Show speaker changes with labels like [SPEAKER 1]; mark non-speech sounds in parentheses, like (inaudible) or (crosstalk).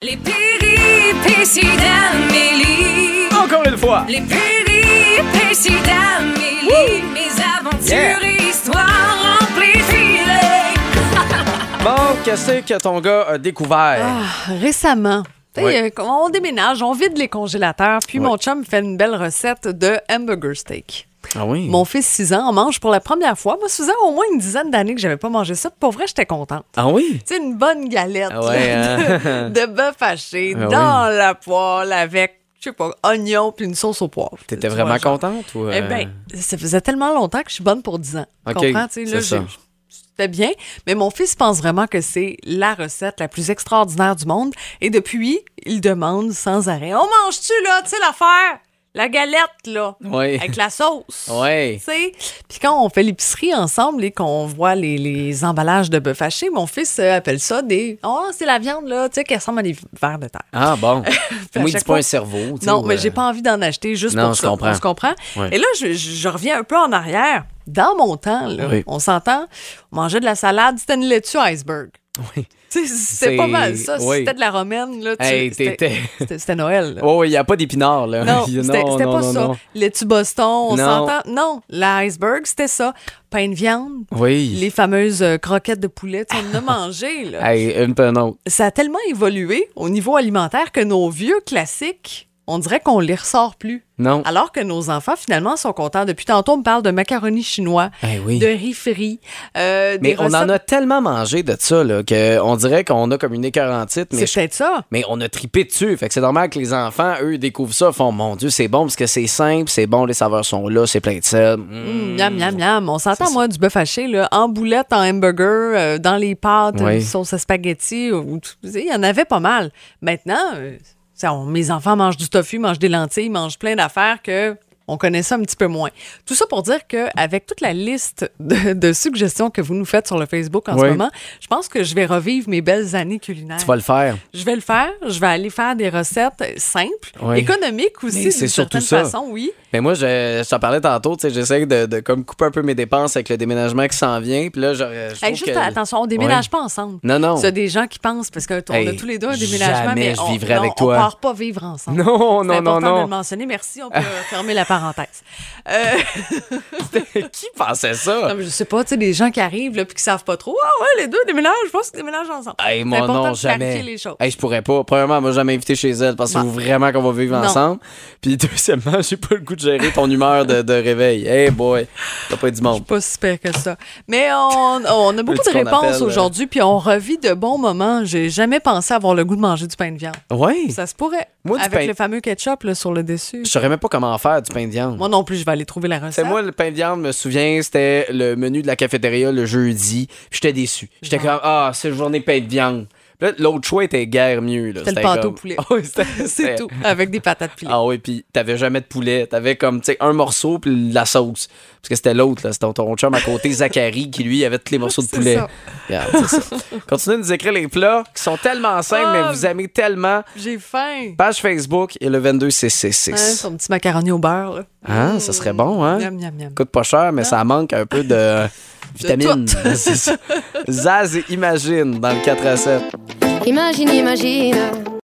[SPEAKER 1] Les péripéties d'Amélie.
[SPEAKER 2] Encore une fois!
[SPEAKER 1] Les péripéties d'Amélie. Mes aventures
[SPEAKER 2] Yeah.
[SPEAKER 1] et histoires amplifiées.
[SPEAKER 2] Bon, qu'est-ce que ton gars a découvert?
[SPEAKER 3] Ah, récemment. Tu sais,
[SPEAKER 2] Ouais.
[SPEAKER 3] euh, on déménage, on vide les congélateurs, puis
[SPEAKER 2] Ouais.
[SPEAKER 3] mon chum fait une belle recette de hamburger steak.
[SPEAKER 2] Ah oui?
[SPEAKER 3] Mon fils, 6 ans, en mange pour la première fois. Moi, 6 ans, au moins une dizaine d'années que j'avais pas mangé ça. Pour vrai, j'étais contente.
[SPEAKER 2] Ah oui?
[SPEAKER 3] Tu sais, une bonne galette
[SPEAKER 2] Ah ouais,
[SPEAKER 3] là, de- (laughs)
[SPEAKER 2] hein?
[SPEAKER 3] de, bœuf haché
[SPEAKER 2] Ah
[SPEAKER 3] dans la poêle avec, je sais pas, oignon puis une sauce au poivre.
[SPEAKER 2] T'étais
[SPEAKER 3] Tu vois,
[SPEAKER 2] vraiment
[SPEAKER 3] genre.
[SPEAKER 2] contente? Ou euh,
[SPEAKER 3] Eh bien, ça faisait tellement longtemps que je suis bonne pour 10 ans. Tu
[SPEAKER 2] Ok,
[SPEAKER 3] comprends? Tu sais, là,
[SPEAKER 2] c'est ça.
[SPEAKER 3] j'ai- C'était bien, mais mon fils pense vraiment que c'est la recette la plus extraordinaire du monde. Et depuis, il demande sans arrêt On mange-tu, là, tu sais, l'affaire La galette, là, (laughs)
[SPEAKER 2] Oui.
[SPEAKER 3] avec la sauce.
[SPEAKER 2] (laughs) Ouais.
[SPEAKER 3] Tu sais? Puis quand on fait l'épicerie ensemble et qu'on voit les, les emballages de bœuf haché, mon fils euh, appelle ça des Oh, c'est la viande, là, tu sais, qui ressemble à des vers de terre.
[SPEAKER 2] Ah
[SPEAKER 3] (laughs)
[SPEAKER 2] bon? Moi, il dit
[SPEAKER 3] chaque
[SPEAKER 2] pas
[SPEAKER 3] fois-
[SPEAKER 2] un cerveau. tu sais,
[SPEAKER 3] Non,
[SPEAKER 2] ou,
[SPEAKER 3] mais
[SPEAKER 2] euh,
[SPEAKER 3] j'ai pas envie d'en acheter juste
[SPEAKER 2] Non,
[SPEAKER 3] pour
[SPEAKER 2] je
[SPEAKER 3] ça.
[SPEAKER 2] comprends.
[SPEAKER 3] On se comprend.
[SPEAKER 2] Ouais.
[SPEAKER 3] Et là, je, je- je reviens un peu en arrière. Dans mon temps, là,
[SPEAKER 2] Oui.
[SPEAKER 3] on s'entend, on mangeait de la salade, c'était une laitue iceberg.
[SPEAKER 2] (laughs) Oui.
[SPEAKER 3] Tu sais,
[SPEAKER 2] C'est-
[SPEAKER 3] C'était pas mal ça.
[SPEAKER 2] oui.
[SPEAKER 3] C'était de la romaine. Là, tu-
[SPEAKER 2] Hey,
[SPEAKER 3] c'était-
[SPEAKER 2] t'étais-
[SPEAKER 3] (laughs) c'était c'était Noël. là.
[SPEAKER 2] Oh, il n'y a pas d'épinards, là.
[SPEAKER 3] Non,
[SPEAKER 2] Il-
[SPEAKER 3] c'était c'était pas
[SPEAKER 2] (laughs) non,
[SPEAKER 3] ça.
[SPEAKER 2] non.
[SPEAKER 3] Laitue Boston, on
[SPEAKER 2] Non.
[SPEAKER 3] s'entend. Non, l'iceberg, c'était ça. Pain de viande,
[SPEAKER 2] Oui.
[SPEAKER 3] les fameuses euh, croquettes de poulet, tu sais,
[SPEAKER 2] (laughs)
[SPEAKER 3] on en a mangé. Là
[SPEAKER 2] Hey, une peu une autre.
[SPEAKER 3] ça a tellement évolué au niveau alimentaire que nos vieux classiques, on dirait qu'on les ressort plus.
[SPEAKER 2] Non.
[SPEAKER 3] Alors que nos enfants, finalement, sont contents. Depuis tantôt, on me parle de macaroni chinois,
[SPEAKER 2] Eh oui.
[SPEAKER 3] de riz frit, euh,
[SPEAKER 2] Mais
[SPEAKER 3] des
[SPEAKER 2] on en
[SPEAKER 3] recettes-
[SPEAKER 2] a tellement mangé de ça, là, qu'on dirait qu'on a comme une écœurantite, mais
[SPEAKER 3] C'est peut-être ça.
[SPEAKER 2] Mais on a tripé dessus. Fait que c'est normal que les enfants, eux, découvrent ça, font Mon Dieu, c'est bon parce que c'est simple, c'est bon, les saveurs sont là, c'est plein de sel. Mm.
[SPEAKER 3] Mm, Miam, miam, miam. On s'entend,
[SPEAKER 2] C'est
[SPEAKER 3] moi, du bœuf haché, là, en boulette, en hamburger, euh, dans les pâtes,
[SPEAKER 2] Oui.
[SPEAKER 3] une sauce à spaghetti. ou- ou tout- tu sais, Il y en avait pas mal. Maintenant, euh, ça, on- mes enfants mangent du tofu, mangent des lentilles, mangent plein d'affaires que on connaît ça un petit peu moins. Tout ça pour dire que avec toute la liste de, de suggestions que vous nous faites sur le Facebook en
[SPEAKER 2] Oui.
[SPEAKER 3] ce moment, je pense que je vais revivre mes belles années culinaires.
[SPEAKER 2] Tu vas le faire.
[SPEAKER 3] Je vais le faire. Je vais aller faire des recettes euh, simples,
[SPEAKER 2] Oui.
[SPEAKER 3] économiques aussi,
[SPEAKER 2] Mais
[SPEAKER 3] d'une
[SPEAKER 2] c'est surtout
[SPEAKER 3] certaine
[SPEAKER 2] ça.
[SPEAKER 3] façon, oui.
[SPEAKER 2] Mais moi, je, je t'en parlais tantôt, tu sais, j'essaie de, de comme couper un peu mes dépenses avec le déménagement qui s'en vient. Puis là, je, je trouve
[SPEAKER 3] Hey, juste
[SPEAKER 2] que-
[SPEAKER 3] attention, on déménage
[SPEAKER 2] Ouais.
[SPEAKER 3] pas ensemble.
[SPEAKER 2] Non, non.
[SPEAKER 3] C'est des gens qui pensent parce que on
[SPEAKER 2] Hey,
[SPEAKER 3] a tous les deux un déménagement,
[SPEAKER 2] jamais
[SPEAKER 3] mais
[SPEAKER 2] je
[SPEAKER 3] on,
[SPEAKER 2] vivrai
[SPEAKER 3] non,
[SPEAKER 2] avec
[SPEAKER 3] on
[SPEAKER 2] toi.
[SPEAKER 3] part pas vivre ensemble.
[SPEAKER 2] (laughs) Non,
[SPEAKER 3] C'est
[SPEAKER 2] non, non,
[SPEAKER 3] important de
[SPEAKER 2] non.
[SPEAKER 3] le mentionner. Merci, on peut (laughs) fermer la parenthèse. Euh,
[SPEAKER 2] qui pensait ça?
[SPEAKER 3] non, mais je sais pas, tu sais, des gens qui arrivent là, puis qui savent pas trop. Ah ouais, les deux déménagent, je pense qu'ils déménagent ensemble.
[SPEAKER 2] Hey,
[SPEAKER 3] C'est
[SPEAKER 2] mon
[SPEAKER 3] important
[SPEAKER 2] non,
[SPEAKER 3] de
[SPEAKER 2] jamais.
[SPEAKER 3] clarifier les choses.
[SPEAKER 2] Hey, je pourrais pas. Premièrement, moi, jamais invité chez elle parce que
[SPEAKER 3] Non.
[SPEAKER 2] vraiment qu'on va vivre
[SPEAKER 3] Non.
[SPEAKER 2] ensemble. Puis deuxièmement, (laughs) j'ai pas le goût de gérer ton humeur de, de réveil. Hey boy, t'as pas eu du monde.
[SPEAKER 3] Pas si pire que ça. Mais on, on a beaucoup
[SPEAKER 2] Petit
[SPEAKER 3] de
[SPEAKER 2] qu'on
[SPEAKER 3] réponses
[SPEAKER 2] appelle, euh,
[SPEAKER 3] aujourd'hui, puis on revit de bons moments. J'ai jamais pensé avoir le goût de manger du pain de viande.
[SPEAKER 2] Ouais.
[SPEAKER 3] Ça se pourrait.
[SPEAKER 2] Moi, du
[SPEAKER 3] avec
[SPEAKER 2] pain-
[SPEAKER 3] le fameux ketchup là, sur le dessus.
[SPEAKER 2] Je saurais même pas comment faire du pain de viande.
[SPEAKER 3] Moi non plus, je vais aller trouver la recette.
[SPEAKER 2] C'est moi, le pain de viande, me souviens, c'était le menu de la cafétéria le jeudi. Puis J'étais déçu. J'étais comme, ah, c'est une journée de pain de viande. Puis là, l'autre choix était guère mieux. là.
[SPEAKER 3] C'était le pâteau
[SPEAKER 2] comme-
[SPEAKER 3] au
[SPEAKER 2] (laughs)
[SPEAKER 3] poulet.
[SPEAKER 2] Ah oui, c'était-
[SPEAKER 3] (laughs) C'est
[SPEAKER 2] c'était-
[SPEAKER 3] tout, avec des
[SPEAKER 2] (laughs)
[SPEAKER 3] patates pilées.
[SPEAKER 2] Ah oui, puis t'avais jamais de poulet. T'avais comme, tu sais, un morceau puis la sauce. Parce que c'était l'autre, là. C'était ton- ton chum
[SPEAKER 3] (laughs)
[SPEAKER 2] à côté, Zachary, qui lui avait tous les morceaux de
[SPEAKER 3] C'est
[SPEAKER 2] poulet.
[SPEAKER 3] ça.
[SPEAKER 2] Regarde, c'est ça. Continuez de nous écrire les plats qui sont tellement simples,
[SPEAKER 3] Ah,
[SPEAKER 2] mais vous aimez tellement.
[SPEAKER 3] J'ai faim.
[SPEAKER 2] Page Facebook et le
[SPEAKER 3] Hein,
[SPEAKER 2] 22666.
[SPEAKER 3] son petit macaroni au beurre. là.
[SPEAKER 2] Ah, ça serait bon, hein?
[SPEAKER 3] Miam, miam, miam.
[SPEAKER 2] coûte pas cher, mais ça manque un peu de vitamines. (laughs)
[SPEAKER 3] tout.
[SPEAKER 2] C'est ça. Zaz et Imagine dans le 4 à 7.
[SPEAKER 4] Imagine, imagine,